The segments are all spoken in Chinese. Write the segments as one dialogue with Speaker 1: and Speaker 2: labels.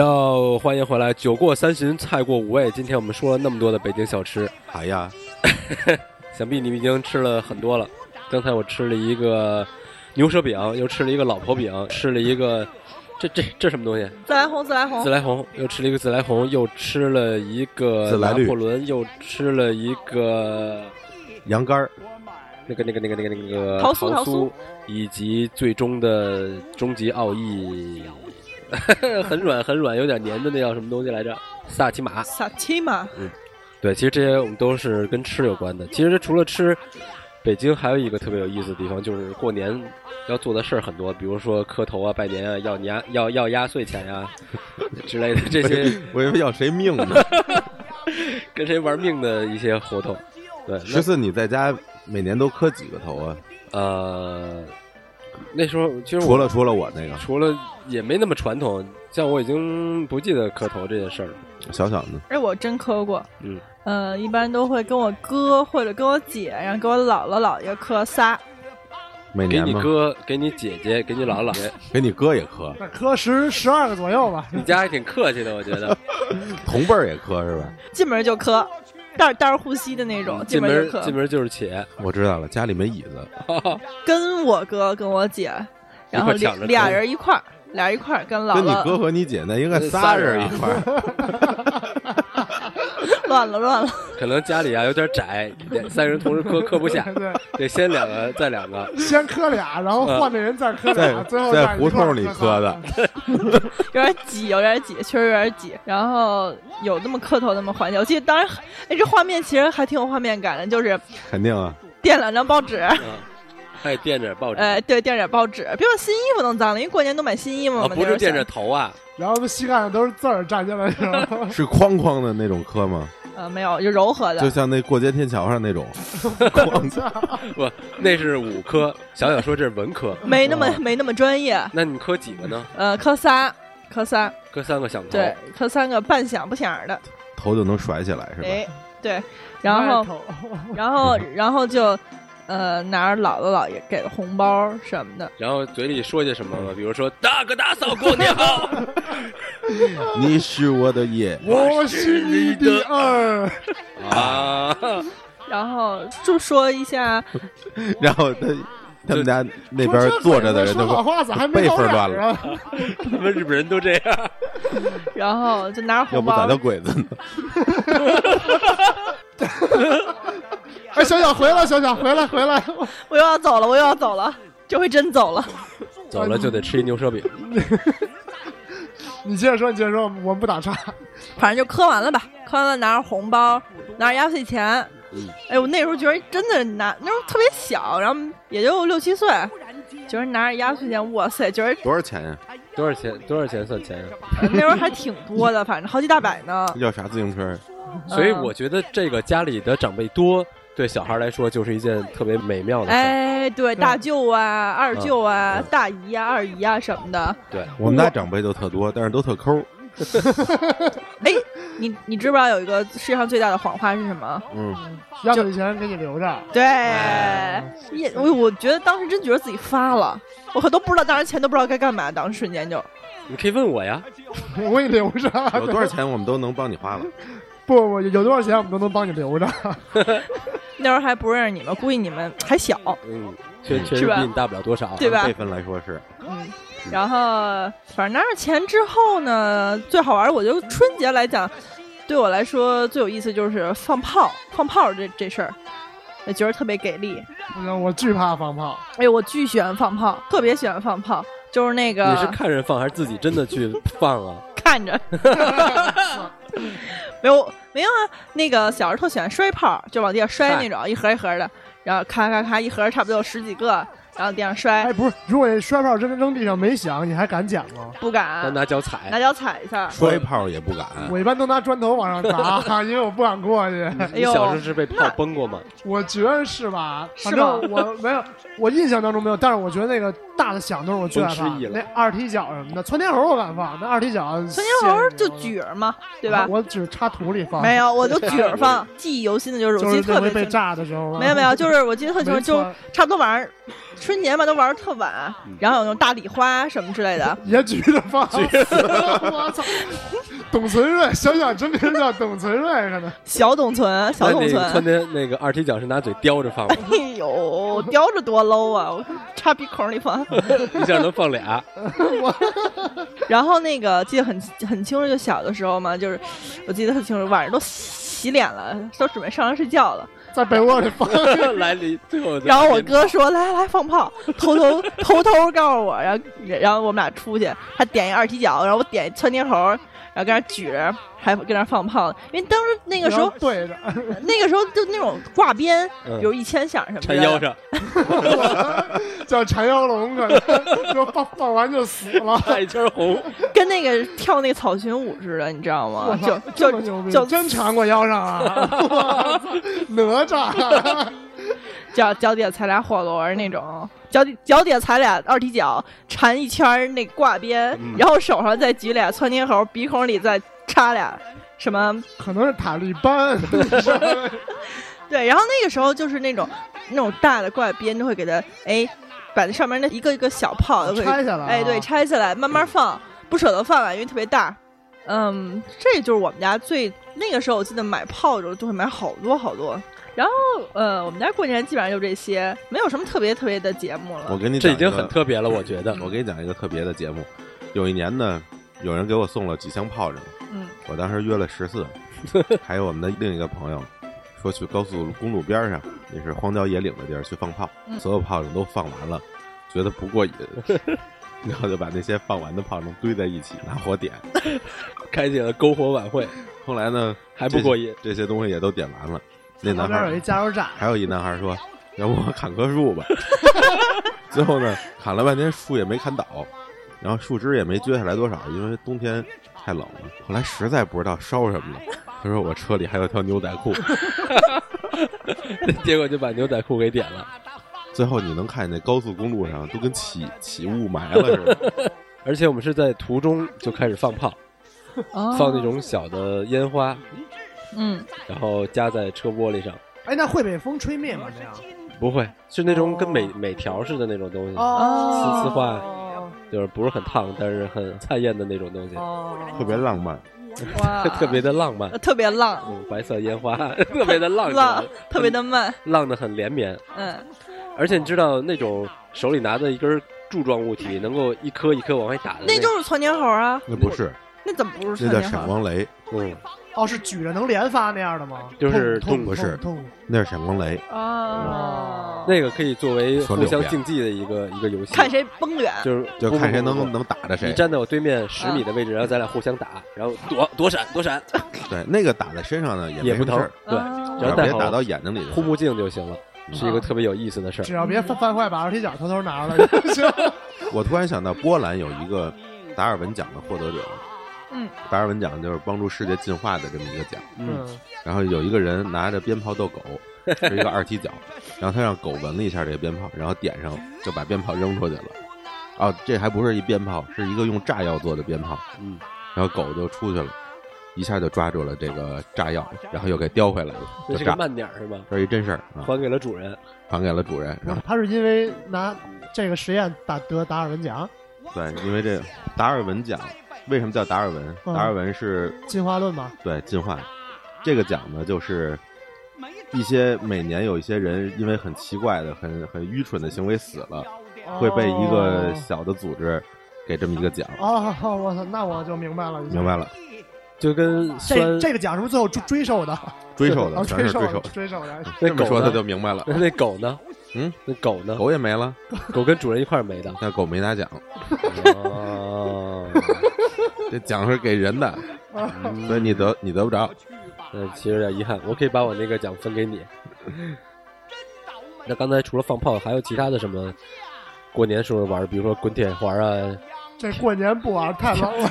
Speaker 1: 要欢迎回来，酒过三巡，菜过五味。今天我们说了那么多的北京小吃，
Speaker 2: 哎呀，
Speaker 1: 想必你们已经吃了很多了。刚才我吃了一个牛舌饼，又吃了一个老婆饼，吃了一个这这这什么东西？
Speaker 3: 自来红，自来红
Speaker 1: 自，来红，又吃了一个自来红，又吃了一个
Speaker 2: 自来
Speaker 1: 拿
Speaker 2: 绿
Speaker 1: 破仑，又吃了一个
Speaker 2: 羊肝儿，
Speaker 1: 那个那个那个那个那个
Speaker 3: 桃酥
Speaker 1: 桃
Speaker 3: 桃酥，
Speaker 1: 以及最终的终极奥义，很软很软，有点黏的那叫什么东西来着？萨琪玛。
Speaker 3: 萨琪玛，
Speaker 1: 嗯对，其实这些我们都是跟吃有关的。其实除了吃，北京还有一个特别有意思的地方，就是过年要做的事儿很多，比如说磕头啊、拜年啊、要压要要压岁钱呀、 之类的这些
Speaker 2: 我以为要谁命呢。
Speaker 1: 跟谁玩命的一些活动。对，那
Speaker 2: 十四，你在家每年都磕几个头啊？
Speaker 1: 呃，那时候其实
Speaker 2: 除
Speaker 1: 我
Speaker 2: 了除了我那个
Speaker 1: 除了也没那么传统，像我已经不记得磕头这件事儿了。
Speaker 2: 小小呢，
Speaker 3: 哎，我真磕过，
Speaker 1: 嗯，
Speaker 3: 呃，一般都会跟我哥或者跟我姐，然后给我姥姥姥爷磕仨，
Speaker 2: 每
Speaker 1: 给
Speaker 2: 年
Speaker 1: 你
Speaker 2: 吗？
Speaker 1: 哥，给你姐姐，给你姥姥姥 爷，
Speaker 2: 给你哥也磕，
Speaker 4: 那磕十十二个左右吧。
Speaker 1: 你家还挺客气的，我觉 得。
Speaker 2: 同辈儿也磕是吧？
Speaker 3: 进门就磕，带带着护膝的那种，
Speaker 1: 嗯进
Speaker 3: 门
Speaker 1: 门
Speaker 3: 就磕
Speaker 1: 进，门就是且，
Speaker 2: 我知道了，家里没椅子，
Speaker 3: 跟我哥跟我姐，然后
Speaker 1: 一块抢着磕
Speaker 3: 俩俩人一块儿，俩人一块儿跟姥
Speaker 2: 跟你哥
Speaker 3: 姥
Speaker 2: 和你姐那应该
Speaker 1: 那仨
Speaker 2: 仨
Speaker 1: 人
Speaker 2: 人
Speaker 1: 啊
Speaker 2: 一块儿，
Speaker 3: 乱了乱了，
Speaker 1: 可能家里啊有点窄，两三个人同时磕磕不下，
Speaker 4: 对，
Speaker 1: 得先两个再两个。
Speaker 4: 先磕俩，然后换着人再磕俩，
Speaker 2: 在
Speaker 4: 最后
Speaker 2: 在胡同里
Speaker 4: 磕
Speaker 2: 磕的。，
Speaker 3: 有点挤，有点挤，确实有点挤。然后有那么磕头那么环节，我记得当时，哎，这画面其实还挺有画面感的，就是
Speaker 2: 肯定啊，
Speaker 3: 垫两张报纸，
Speaker 1: 嗯，还得垫着报纸。
Speaker 3: 呃，对，垫点报纸，别把新衣服弄脏了，因为过年都买新衣服嘛。
Speaker 1: 啊，不是垫着
Speaker 3: 想，
Speaker 1: 头啊，
Speaker 4: 然后膝盖上都是字儿站起来的时候，
Speaker 2: 是哐哐的那种磕吗？
Speaker 3: 呃，没有，就柔和
Speaker 2: 就
Speaker 3: 的。
Speaker 2: 像那过街天桥上那种哐
Speaker 1: 不，那是五科。小小说这是文科，
Speaker 3: 没那么
Speaker 2: 哦
Speaker 3: 没那么专业，
Speaker 1: 那你磕几个呢？
Speaker 3: 呃，磕仨，磕仨，
Speaker 1: 磕三个响头。
Speaker 2: 哦
Speaker 3: 对，磕三个半响不响的，
Speaker 2: 头就能甩起来是吧？
Speaker 3: 哎，对， 然后
Speaker 4: 迈头
Speaker 3: 然后然后就，呃，拿着姥姥姥爷给的红包什么的，
Speaker 1: 然后嘴里说些什么吗？比如说大哥大嫂过年 好，
Speaker 2: 你是我的夜，
Speaker 4: 我是你的二，
Speaker 1: 啊，
Speaker 3: 然后就说一下，
Speaker 2: 然后他他们家那边坐着的人
Speaker 4: 说
Speaker 2: 就
Speaker 4: 老
Speaker 2: 说
Speaker 4: 话咋还没
Speaker 2: 辈
Speaker 4: 走
Speaker 2: 分
Speaker 4: 俩
Speaker 2: 乱了，
Speaker 4: 人啊？
Speaker 1: 他们日本人都这
Speaker 3: 嗯
Speaker 1: 样。
Speaker 3: 然后就拿着
Speaker 2: 要
Speaker 3: 红
Speaker 2: 不咋
Speaker 3: 包
Speaker 2: 叫，鬼子呢？
Speaker 4: 哎，小小回来，小小回来，回来，
Speaker 3: 我又要走了，我又要走了，这回真走了。
Speaker 1: 走了就得吃一牛舌饼。
Speaker 4: 你接着说，你接着说，我们不打岔。
Speaker 3: 反正就磕完了吧，磕完了拿着红包，拿着压岁钱。
Speaker 1: 嗯
Speaker 3: 哎，我那时候觉得真的拿，那时候特别小，然后也就六七岁，觉得拿着压岁钱，哇塞，觉得
Speaker 2: 多少钱呀？
Speaker 1: 多少钱？多少钱算钱啊呀？
Speaker 3: 那时候还挺多的，反正好几大百呢。
Speaker 2: 要啥自行车？
Speaker 3: 嗯
Speaker 1: 所以我觉得这个家里的长辈多，对小孩来说就是一件特别美妙的嗯事儿。
Speaker 3: 哎，对，大舅啊、二舅啊、大姨啊、二姨啊什么的。
Speaker 1: 对，
Speaker 2: 我们家长辈都特多，但是都 特抠。
Speaker 3: 哎，你你知不知道有一个世界上最大的谎话是什么？
Speaker 2: 嗯，
Speaker 4: 压岁钱给你留着，
Speaker 3: 对，哎也我我觉得当时真觉得自己发了，我都不知道当时钱都不知道该干嘛，当时瞬间就
Speaker 1: 你可以问我呀。
Speaker 4: 我给你留着。
Speaker 2: 有多少钱我们都能帮你 花了。
Speaker 4: 不不，有多少钱我们都能帮你留着。
Speaker 3: 那时候还不认识你们，估计你们还小，
Speaker 1: 嗯，确确实
Speaker 3: 是吧
Speaker 1: 比你大不了多少。啊
Speaker 3: 对吧
Speaker 2: 按辈分来说是，
Speaker 3: 嗯，然后反正拿着钱之后呢，最好玩儿，我觉得春节来讲，对我来说最有意思就是放炮，放炮这这事儿，我觉得特别给力。
Speaker 4: 不行，我惧怕放炮，
Speaker 3: 哎呦，我巨喜欢放炮，特别喜欢放炮，就是那
Speaker 1: 你是
Speaker 3: 个
Speaker 1: 看人放还是自己真的去放啊？
Speaker 3: 看着，没有没有啊，那个小时候特喜欢摔炮，就往地下摔那种，一盒一盒的，然后咔咔咔一盒差不多有十几个，然后地上摔
Speaker 4: 哎，，不是，如果你摔炮扔扔地上没响，你还敢捡吗？
Speaker 3: 不
Speaker 1: 咱
Speaker 3: 敢
Speaker 1: 拿脚
Speaker 3: 拿
Speaker 1: 踩，
Speaker 3: 脚踩一下。
Speaker 2: 摔炮也不敢。
Speaker 3: 啊
Speaker 4: 我一般都拿砖头往上 砸，因为我不敢过去。
Speaker 1: 你
Speaker 3: 哎呦
Speaker 1: 小时候是被炮崩过吗？
Speaker 4: 我觉得是吧？
Speaker 3: 是
Speaker 4: 反
Speaker 3: 吧
Speaker 4: 正我没有，我印象当中没有，但是我觉得那个大的响动我最害怕
Speaker 1: 都失忆。了
Speaker 4: 那二踢脚什么的，窜天猴我敢放，那二踢脚
Speaker 3: 窜
Speaker 4: 窜
Speaker 3: 天猴就举着嘛，对吧？
Speaker 4: 我只插土里放，
Speaker 3: 没有，我就 举着放，记忆犹新的就是我
Speaker 4: 啊就
Speaker 3: 记
Speaker 4: 是
Speaker 3: 得特
Speaker 4: 那回
Speaker 3: 别
Speaker 4: 被
Speaker 3: 清楚。
Speaker 4: 炸的时候。啊
Speaker 3: 没有没有，就是我记得特清楚，
Speaker 4: 没
Speaker 3: 就
Speaker 4: 错
Speaker 3: 差不多晚上春节嘛都玩儿特晚
Speaker 1: 嗯，
Speaker 3: 然后有那种大礼花什么之类的，
Speaker 4: 也举着放， 我操！董存瑞，想想真名叫董存瑞，可能
Speaker 3: 小董存，小
Speaker 1: 那
Speaker 3: 董
Speaker 1: 那个
Speaker 3: 存
Speaker 1: 穿，的那个二踢脚是拿嘴叼着放 吗？
Speaker 3: 哎呦，叼着多 low 啊！我插鼻孔里放。
Speaker 1: 一下能放俩，
Speaker 3: 然后那个记得很很清楚，就小的时候嘛，就是我记得很清楚，晚上都洗脸了，都准备上床睡觉了。
Speaker 4: 在被窝里放。
Speaker 1: 来你最后。
Speaker 3: 然后我哥说：“来来放炮，偷偷偷偷告诉我。”然后然后我们俩出去，他点一二踢脚，然后我点一窜天猴，然后跟那儿举着，还跟那儿放炮。因为当时那个时候
Speaker 4: 然后对着，
Speaker 3: 那个时候就那种挂鞭，
Speaker 1: 嗯
Speaker 3: 比如一千响什么的，
Speaker 1: 缠腰 上，
Speaker 4: 叫缠腰龙，可能就放放完就死 了。
Speaker 1: 画一圈红，
Speaker 3: 跟那个跳那个草裙舞似的，你知道
Speaker 4: 我
Speaker 3: 吗？
Speaker 4: 操
Speaker 3: 就
Speaker 4: 这
Speaker 3: 就
Speaker 4: 么牛逼，
Speaker 3: 就
Speaker 4: 真缠过腰上 啊！我操哪吒，
Speaker 3: 脚脚底下踩俩火轮儿那种，脚底脚底下踩俩二踢脚，缠一圈儿那挂鞭，
Speaker 1: 嗯
Speaker 3: 然后手上再举俩窜天猴，鼻孔里再插俩什么
Speaker 4: 可能是塔利班，
Speaker 3: 对，然后那个时候就是那种那种大的挂鞭，就会给它哎，把那上面那一个一个小炮都会
Speaker 4: 拆下来啊。
Speaker 3: 哎对拆下来，慢慢放，不舍得放啊，因为特别大。嗯，这就是我们家最那个时候，我记得买炮的时候就会买好多好多。然后呃，我们家过年基本上就这些，没有什么特别特别的节目了。
Speaker 2: 我给你
Speaker 1: 这
Speaker 2: 讲
Speaker 1: 已
Speaker 2: 一个
Speaker 1: 经很特别了，我觉得。
Speaker 2: 我给你讲一个特别的节目。有一年呢，有人给我送了几箱炮仗，
Speaker 3: 嗯
Speaker 2: 我当时约了十四，还有我们的另一个朋友，说去高速公路边上，那是荒郊野岭的地儿去放炮，
Speaker 3: 嗯
Speaker 2: 所有炮仗都放完了，觉得不 过瘾，然后就把那些放完的炮仗堆在一起，拿火点。
Speaker 1: 开启了篝火晚会，
Speaker 2: 后来呢，
Speaker 1: 还不过瘾，
Speaker 2: 这些东西也都点完了，那男
Speaker 4: 旁
Speaker 2: 孩
Speaker 4: 边
Speaker 2: 儿
Speaker 4: 有一加油站，
Speaker 2: 还有一男孩说：“要不我砍棵树吧？” 最后呢，砍了半天树也没砍倒，然后树枝也没撅下来多少，因为冬天太冷了。后来实在不知道烧什么了，他说我车里还有条牛仔裤。
Speaker 1: 结果就把牛仔裤给点了。
Speaker 2: 最后你能看见那高速公路上都跟起起雾霾了似的。
Speaker 1: 而且我们是在途中就开始放炮，
Speaker 4: 哦
Speaker 3: 哦
Speaker 1: 放那种小的烟花，
Speaker 3: 嗯，
Speaker 1: 然后夹在车玻璃上。
Speaker 4: 哎，那会被风吹灭吗？这样
Speaker 1: 不会，是那种跟镁镁条似的那种东西，
Speaker 3: 哦
Speaker 1: 丝丝化就是不是很烫，但是很灿艳的那种东西，
Speaker 4: 哦，
Speaker 2: 特别浪漫，
Speaker 3: 哇
Speaker 1: 特 别的浪漫。
Speaker 3: 呃特别浪
Speaker 1: 嗯，白色烟花 特别的浪
Speaker 3: 哦浪
Speaker 1: 漫，，
Speaker 3: 特别的慢，
Speaker 1: 浪的很连绵。
Speaker 3: 嗯
Speaker 1: 而且你知道那种手里拿着一根柱状物体，能够一颗一颗往外打的
Speaker 3: 哦那
Speaker 1: 个
Speaker 3: 就是窜天猴啊，
Speaker 2: 那不是，
Speaker 3: 那怎么不是
Speaker 2: 那叫
Speaker 3: 窜天
Speaker 2: 闪
Speaker 3: 猴？
Speaker 2: 光雷，
Speaker 1: 嗯，
Speaker 4: 哦，是举着能连发那样的吗？
Speaker 1: 就是
Speaker 4: 痛，
Speaker 1: 动
Speaker 2: 不是
Speaker 4: 痛，
Speaker 2: 那是闪光雷。
Speaker 3: 啊哦，
Speaker 1: 那个可以作为
Speaker 2: 说
Speaker 1: 互
Speaker 2: 六
Speaker 1: 相
Speaker 2: 遍
Speaker 1: 竞技的一个一个游戏，
Speaker 3: 看谁崩远，
Speaker 1: 就是
Speaker 2: 就看谁
Speaker 1: 不不不
Speaker 2: 能能打着
Speaker 1: 你
Speaker 2: 谁，
Speaker 1: 站在我对面十米的位置，然后咱俩互相
Speaker 3: 嗯
Speaker 1: 打，然后躲躲闪躲闪
Speaker 2: 对那个打在身上呢也
Speaker 1: 也不
Speaker 2: 没什
Speaker 1: 疼
Speaker 2: 么事儿，，
Speaker 1: 对，
Speaker 3: 哦
Speaker 1: 只要
Speaker 2: 只要
Speaker 1: 戴
Speaker 2: 别打
Speaker 1: 好
Speaker 2: 到眼睛里就
Speaker 3: 嗯
Speaker 1: 护
Speaker 2: 行。
Speaker 1: 目镜就行了，是一个特别有意思的事儿。
Speaker 4: 只要别犯犯坏，把二踢脚偷偷 拿出来就行。
Speaker 2: 我突然想到，波兰有一个达尔文奖的获得者，
Speaker 3: 嗯，
Speaker 2: 达尔文奖就是帮助世界进化的这么一个奖。
Speaker 1: 嗯，
Speaker 4: 嗯，
Speaker 2: 然后有一个人拿着鞭炮逗狗，是一个二踢脚，然后他让狗闻了一下这个鞭炮，然后点上就把鞭炮扔出去了。哦，这还不是一鞭炮，是一个用炸药做的鞭炮。
Speaker 1: 嗯，
Speaker 2: 然后狗就出去了，一下就抓住了这个炸药，然后又给叼回来了，
Speaker 1: 那
Speaker 2: 就是
Speaker 1: 个
Speaker 2: 炸。
Speaker 1: 慢点儿是吧？
Speaker 2: 这是一真事儿啊，
Speaker 1: 还给了主人，
Speaker 2: 还给了主人。然后
Speaker 4: 嗯他是因为拿这个实验打得达尔文奖，
Speaker 2: 对，因为这达尔文奖为什么叫达尔文？
Speaker 4: 嗯
Speaker 2: 达尔文是
Speaker 4: 进化论嘛。
Speaker 2: 对，进化。这个奖呢，就是一些每年有一些人因为很奇怪的、很很愚蠢的行为死了，会被一个小的组织给这么一个奖。
Speaker 4: 哦，哦我操，那我就明白了，已经
Speaker 2: 明白。了，
Speaker 1: 就跟酸
Speaker 4: 这这个奖是不是最后追追授的？
Speaker 2: 追售
Speaker 4: 哦
Speaker 2: 的全是追
Speaker 4: 追
Speaker 2: 售
Speaker 4: 授
Speaker 2: 的。
Speaker 4: 追授的。
Speaker 1: 那
Speaker 2: 这么
Speaker 1: 狗
Speaker 2: 说
Speaker 1: 呢
Speaker 2: 他就明白了，
Speaker 1: 那狗呢？
Speaker 2: 嗯，
Speaker 1: 那狗呢？
Speaker 2: 狗也没了，
Speaker 1: 狗跟主人一块儿没的。
Speaker 2: 但狗没拿奖，
Speaker 1: 哦，
Speaker 2: 这奖是给人的，
Speaker 4: 哦
Speaker 2: 嗯所以你得你得不着。
Speaker 1: 那其实有点遗憾，我可以把我那个奖分给你。那刚才除了放炮，还有其他的什么？过年时候玩儿，比如说滚铁环啊，
Speaker 4: 这过年不玩 太冷了。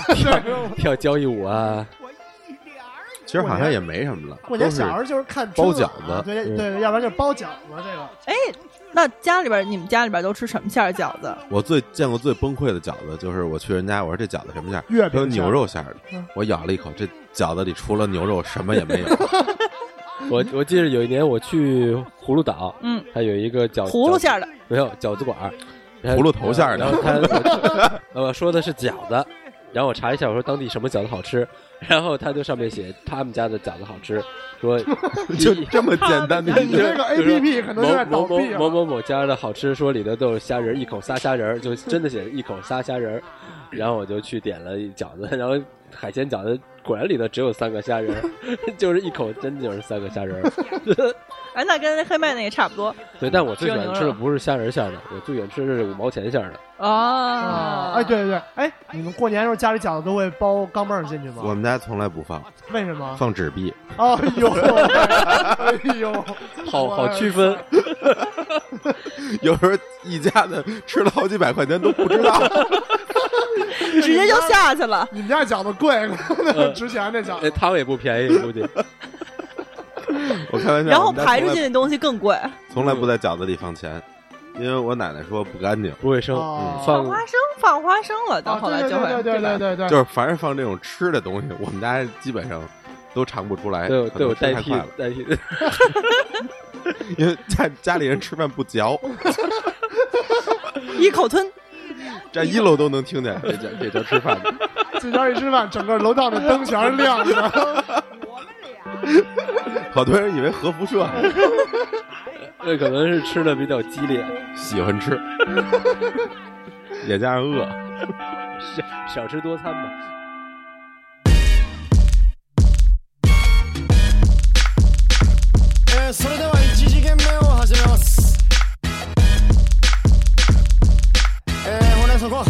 Speaker 1: 跳交谊舞啊，
Speaker 2: 其实好像也没什么了，
Speaker 4: 过
Speaker 2: 都
Speaker 4: 年
Speaker 2: 是
Speaker 4: 小时候就是看
Speaker 2: 包
Speaker 4: 春晚
Speaker 2: 饺子
Speaker 4: 对
Speaker 1: 嗯
Speaker 4: 对，要不然就是包饺子这个。
Speaker 3: 哎，那家里边儿你们家里边儿都吃什么馅儿饺子？
Speaker 2: 我最见过最崩溃的饺子，就是我去人家，我说这饺子什么馅儿？
Speaker 4: 月
Speaker 2: 他
Speaker 4: 饼
Speaker 2: 说
Speaker 4: 馅儿
Speaker 2: 牛肉馅儿的
Speaker 4: 嗯。
Speaker 2: 我咬了一口，这饺子里除了牛肉什么也没有，
Speaker 1: 我我记得有一年我去葫芦岛，
Speaker 3: 嗯，
Speaker 1: 它有一个哦饺
Speaker 3: 葫芦馅儿
Speaker 1: 的，
Speaker 3: 的，
Speaker 1: 没有饺子馆儿，然后
Speaker 2: 葫芦头馅儿的
Speaker 1: 然后他呃说的是饺子，然后我查一下，我说当地什么饺子好吃，然后他就上面写他们家的饺子好吃， 说
Speaker 2: 就这么简单的 一
Speaker 4: 你这
Speaker 2: 个
Speaker 4: 个 A P P 可能
Speaker 1: 某
Speaker 4: 现在
Speaker 1: 某
Speaker 4: 倒
Speaker 1: 某
Speaker 4: 闭
Speaker 1: 某
Speaker 4: 了。
Speaker 1: 某某家的好吃，说里头都有虾仁儿，一口仨虾仁儿，就真的写一口仨虾仁儿。然后我就去点了饺子，然后海鲜饺子果然里头只有三个虾仁儿， 就是一口真就是三个虾仁儿。
Speaker 3: 哎，那跟黑麦那个差不多
Speaker 1: 对，但我最喜欢吃
Speaker 3: 只有
Speaker 1: 的
Speaker 3: 牛肉
Speaker 1: 不是虾仁馅儿的，我最喜欢吃的是五毛钱馅儿的。
Speaker 3: 哦
Speaker 4: 啊，哎，，对对对，哎，你们过年的时候家里饺子都会包钢镚儿进去吗？
Speaker 2: 我们家从来不放，
Speaker 4: 为什么？
Speaker 2: 放纸币。
Speaker 4: 哦哎呦， 哎呦，
Speaker 1: 好好区分，
Speaker 2: 有时候一家子吃了好几百块钱都不知道。
Speaker 3: 直接就下去了。
Speaker 4: 你们家饺子贵，
Speaker 1: 呃
Speaker 4: 值钱这饺
Speaker 1: 那
Speaker 4: 子。
Speaker 1: 汤也不便宜，估计。
Speaker 2: 我开玩笑，
Speaker 3: 然后
Speaker 2: 我们家
Speaker 3: 排
Speaker 2: 从
Speaker 3: 出
Speaker 2: 来
Speaker 3: 去的东西更贵，
Speaker 1: 嗯
Speaker 2: 从来不在饺子里放钱，因为我奶奶说不干净，
Speaker 1: 不卫生，
Speaker 4: 哦
Speaker 1: 嗯
Speaker 3: 放
Speaker 1: 放
Speaker 3: 花生放花生了，到
Speaker 4: 啊，
Speaker 3: 后来
Speaker 4: 对
Speaker 3: 就会
Speaker 4: 对对对
Speaker 3: 吧
Speaker 4: 对
Speaker 1: 嗯
Speaker 2: 就
Speaker 4: 对对，
Speaker 2: 是凡是放这种吃的东西，我们家基本上都尝不出来，
Speaker 1: 对我
Speaker 2: 可
Speaker 1: 对
Speaker 2: 能
Speaker 1: 我
Speaker 2: 吃
Speaker 1: 代
Speaker 2: 太
Speaker 1: 替
Speaker 2: 快了，
Speaker 1: 代替，
Speaker 2: 因为家家里人吃饭不嚼，
Speaker 3: 一口吞。
Speaker 2: 站一楼都能听见，这叫这叫吃饭吗。
Speaker 4: 这家一吃饭，整个楼道的灯全是亮的。
Speaker 2: 好多人以为核辐射，
Speaker 1: 那可能是吃的比较激烈，
Speaker 2: 喜欢吃， 也加上饿。
Speaker 1: 少少吃多餐吧。
Speaker 5: えーそれでは1次元目を始めますえーほらそこ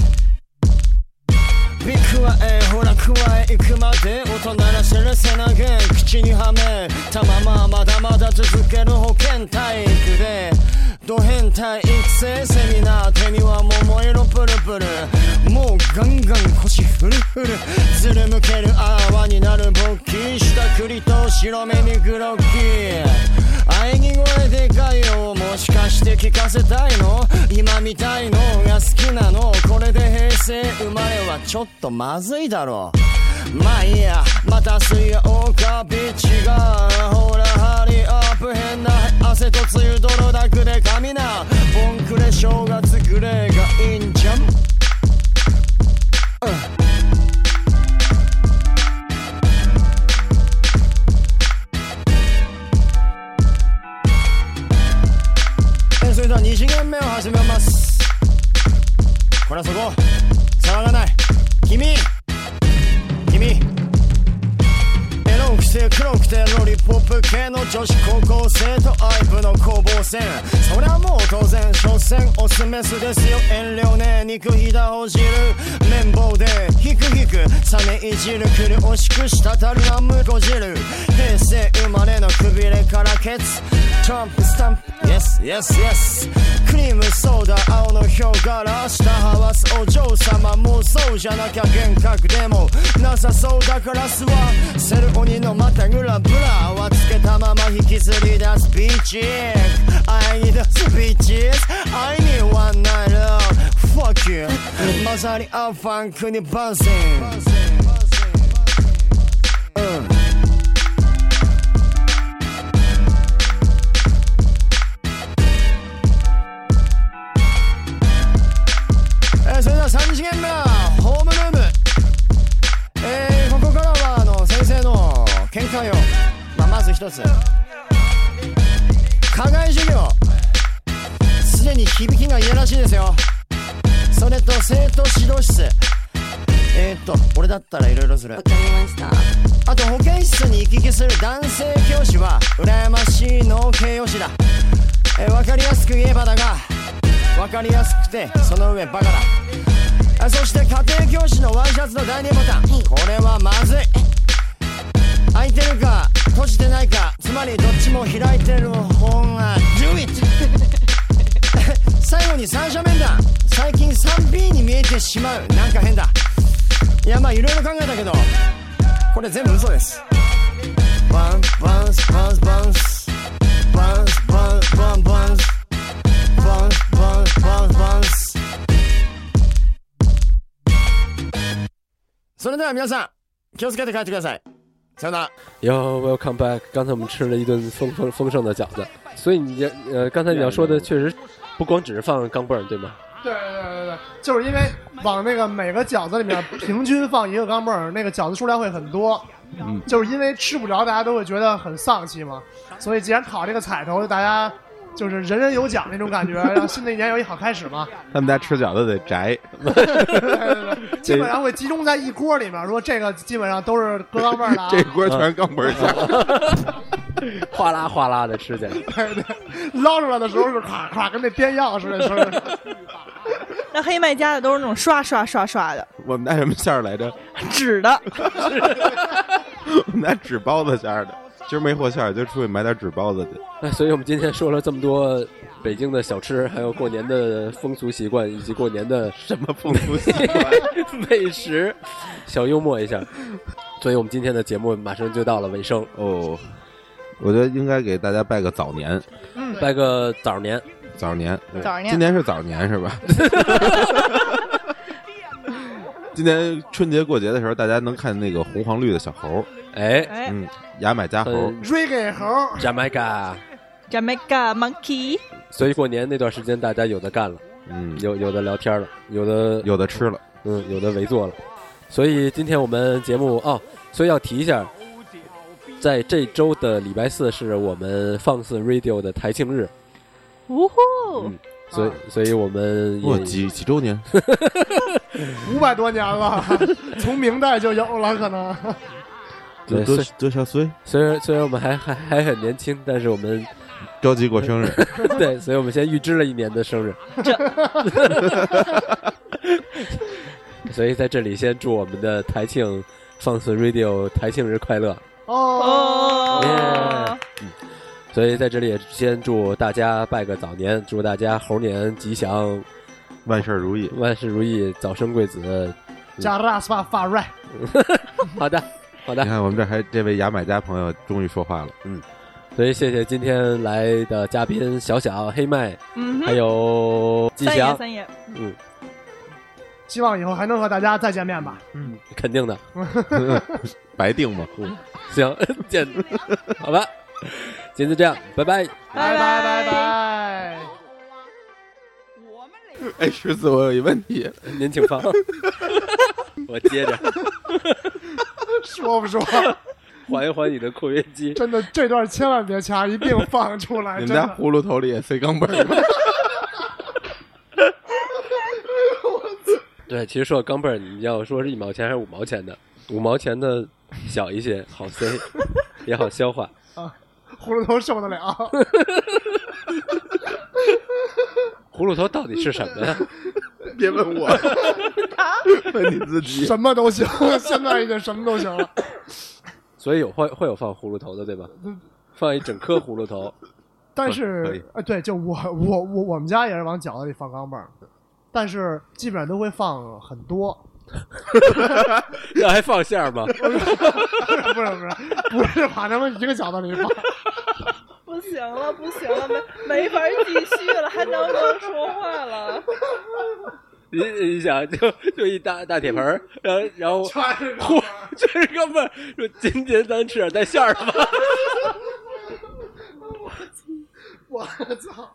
Speaker 5: ビッグはえーほらくわへ行くまで音鳴らせる背投げ口にはめたまままだまだ続ける保健体育でド変態育成セミナー手には桃色プルプルもうガンガン腰フルフルずるむける泡になる勃起した栗と白目にグロッキー喘ぎ声でかいよもしかして聞かせたいの今みたいのが好きなのこれで平成生まれはちょっとまずいだろまあいいやまた水曜かビッチがほらハリーアップ変な汗とつゆ泥だくで髪なボンクレ正月グレーがいいんじゃんえそれでは2次元目を始めますこれはそこ騒がない君君エロくて黒くてロリポップ系の女子高校生とアイプの攻防戦そりゃもう当然所詮オスメスですよ遠慮ねえ肉ひだを汁綿棒でヒクヒクサメいじるくるおしくしたたるなむこ汁平成生まれのくびれからケツトランプスタンプ Yes, yes, yes クリームソーダ青のヒョウ柄下はわすお嬢様もうそうじゃなきゃ幻覚でもなさそうだからすわセル鬼のまたぐらぶらはつけたまま引きずり出すビーチ I need a speeches I need one night love Fuck you 混ざり合うファンクにバンセンうんえーそれでは3次元目はホームルーム、えーここからはあの先生の見解を、まあ、まず一つ課外授業すでに響きがいやらしいですよそれと生徒指導室えー、っと俺だったらいろいろする
Speaker 6: わかりました。
Speaker 5: あと保健室に行き来する男性教師は羨ましいの形容詞だえーわかりやすく言えばだがわかりやすくてその上バカだあそして家庭教師のワイシャツの第2ボタンこれはまずい開いてるか閉じてないかつまりどっちも開いてる方が Do it! 最後に三者面談最近 3B に見えてしまうなんか変だいやまあいろいろ考えたけどこれ全部嘘ですバンバンスバンスバンスバンスバンスバンバンスバンスバンスバンスバンスそれでは皆さん気をつけて帰ってくださいさよなら。
Speaker 1: 哟，Welcome back！刚才我们吃了一顿丰丰丰盛的饺子，所以你这呃，刚才你要说的确实不光只是放钢镚儿，对吗？
Speaker 4: 对对对对，就是因为往那个每个饺子里面平均放一个钢镚儿，那个饺子数量会很多。
Speaker 2: 嗯，
Speaker 4: 就是因为吃不着，大家都会觉得很丧气嘛。所以既然讨这个彩头，大家就是人人有奖那种感觉，让新的一年有一好开始嘛。
Speaker 2: 他们家吃饺子得宅，
Speaker 4: 对对对，基本上会集中在一锅里面。说这个基本上都是搁钢镚儿的、啊，
Speaker 2: 这锅全钢 盆儿
Speaker 1: 哗啦哗啦的吃起来，
Speaker 4: 对对，捞出来的时候是咵咵跟那编钥匙的声儿。
Speaker 3: 那黑卖家的都是那种刷刷刷刷的
Speaker 2: 我们家什么馅儿来着？
Speaker 3: 纸的，
Speaker 2: 我们家纸包子馅儿的。今儿没和馅儿，今儿出去买点纸包子去。
Speaker 1: 那所以我们今天说了这么多北京的小吃，还有过年的风俗习惯，以及过年的
Speaker 2: 什么风俗习惯？
Speaker 1: 美食，小幽默一下。所以我们今天的节目马上就到了尾声，
Speaker 2: 哦，我觉得应该给大家拜个早年，
Speaker 1: 拜个早年，
Speaker 2: 早年，对
Speaker 3: 早年
Speaker 2: 今年是早年是吧？ 今年春节过节的时候，大家能看那个红黄绿的小猴，
Speaker 1: 哎
Speaker 3: 哎
Speaker 2: 嗯，牙买加猴，
Speaker 1: 嗯
Speaker 4: Reggae 猴儿，
Speaker 1: ，Jamaica。
Speaker 3: ，Jamaica Monkey，
Speaker 1: 所以过年那段时间，大家有的干了，
Speaker 2: 嗯，有
Speaker 1: 有有的聊天了，有的
Speaker 2: 有的吃了，
Speaker 1: 嗯，有的围坐了。所以今天我们节目哦，所以要提一下，在这周的礼拜四是我们放肆 Radio 的台庆日，
Speaker 3: 呜呼
Speaker 1: 嗯，所以、
Speaker 4: 啊
Speaker 1: 所以我们
Speaker 2: 哇，
Speaker 1: 也
Speaker 2: 几几周年，
Speaker 4: 五百多 年了，从明代就有了，可能。
Speaker 1: 对
Speaker 2: 多多
Speaker 1: 是
Speaker 2: 多少岁？
Speaker 1: 虽然虽然我们还还还很年轻，但是我们
Speaker 2: 着急过生日，
Speaker 1: 对，所以我们先预支了一年的生日。 所以在这里先祝我们的台庆放肆 Radio 台庆日快乐。
Speaker 4: 哦，
Speaker 3: 哦
Speaker 1: 嗯 Yeah，所以在这里也先祝大家拜个早年，祝大家猴年吉祥，
Speaker 2: 万事如意。
Speaker 1: 万事如意，早生贵子。
Speaker 4: 加拉斯巴发瑞，
Speaker 1: 好的，好
Speaker 2: 你
Speaker 1: 的。
Speaker 2: 看，我们这还这位牙买加朋友终于说话了，嗯，
Speaker 1: 所以谢谢今天来的嘉宾小小、黑麦，
Speaker 3: 嗯
Speaker 1: 还
Speaker 3: 哼，
Speaker 1: 有吉
Speaker 3: 三爷
Speaker 1: 祥，
Speaker 3: 三爷，
Speaker 1: 嗯，
Speaker 4: 希望以后还能和大家再见面吧。
Speaker 1: 肯定的。
Speaker 2: 白定嘛，
Speaker 1: 行，见，好吧，今天就这样，拜拜。
Speaker 3: 拜
Speaker 4: 拜
Speaker 3: 拜
Speaker 4: 拜拜。
Speaker 2: 哎，狮子，我有一问题，
Speaker 1: 您请放， 我接着
Speaker 4: 说不说？
Speaker 1: 还一还你的扩约肌。
Speaker 4: 真的，这段千万别掐，一定放出 来。
Speaker 2: 你
Speaker 4: 真
Speaker 2: 们家
Speaker 4: 的，
Speaker 2: 葫芦头里也塞钢镚儿吗？
Speaker 1: 对，其实说到钢镚儿，你要说是一毛钱还是五毛钱的，五毛钱的小一些，好塞， 也好消化。
Speaker 4: 葫芦头受 得了。
Speaker 1: 葫芦头到底是什么呀？
Speaker 2: 别问我， 问你自己。
Speaker 4: 什么都行， 现在已经什么都 行了。
Speaker 1: 所以有会会有放葫芦头的，对吧？放一整颗葫芦头，
Speaker 4: 但
Speaker 2: 可以
Speaker 4: 是，啊，对，就我我我我们家也是往饺子里放钢镚儿，但是基本上都会放很多。
Speaker 1: 那还放馅儿吗？
Speaker 4: 不是不是不是不是把他们一个饺子里 放，
Speaker 3: 不行了，不行了，没没法继续了，还能不能说话了？
Speaker 1: 你你想，就就一大大铁盆儿，然后然后
Speaker 4: 全是钢
Speaker 1: 嚯，这哥们儿说今天咱吃点带馅儿的吧。
Speaker 4: 我操！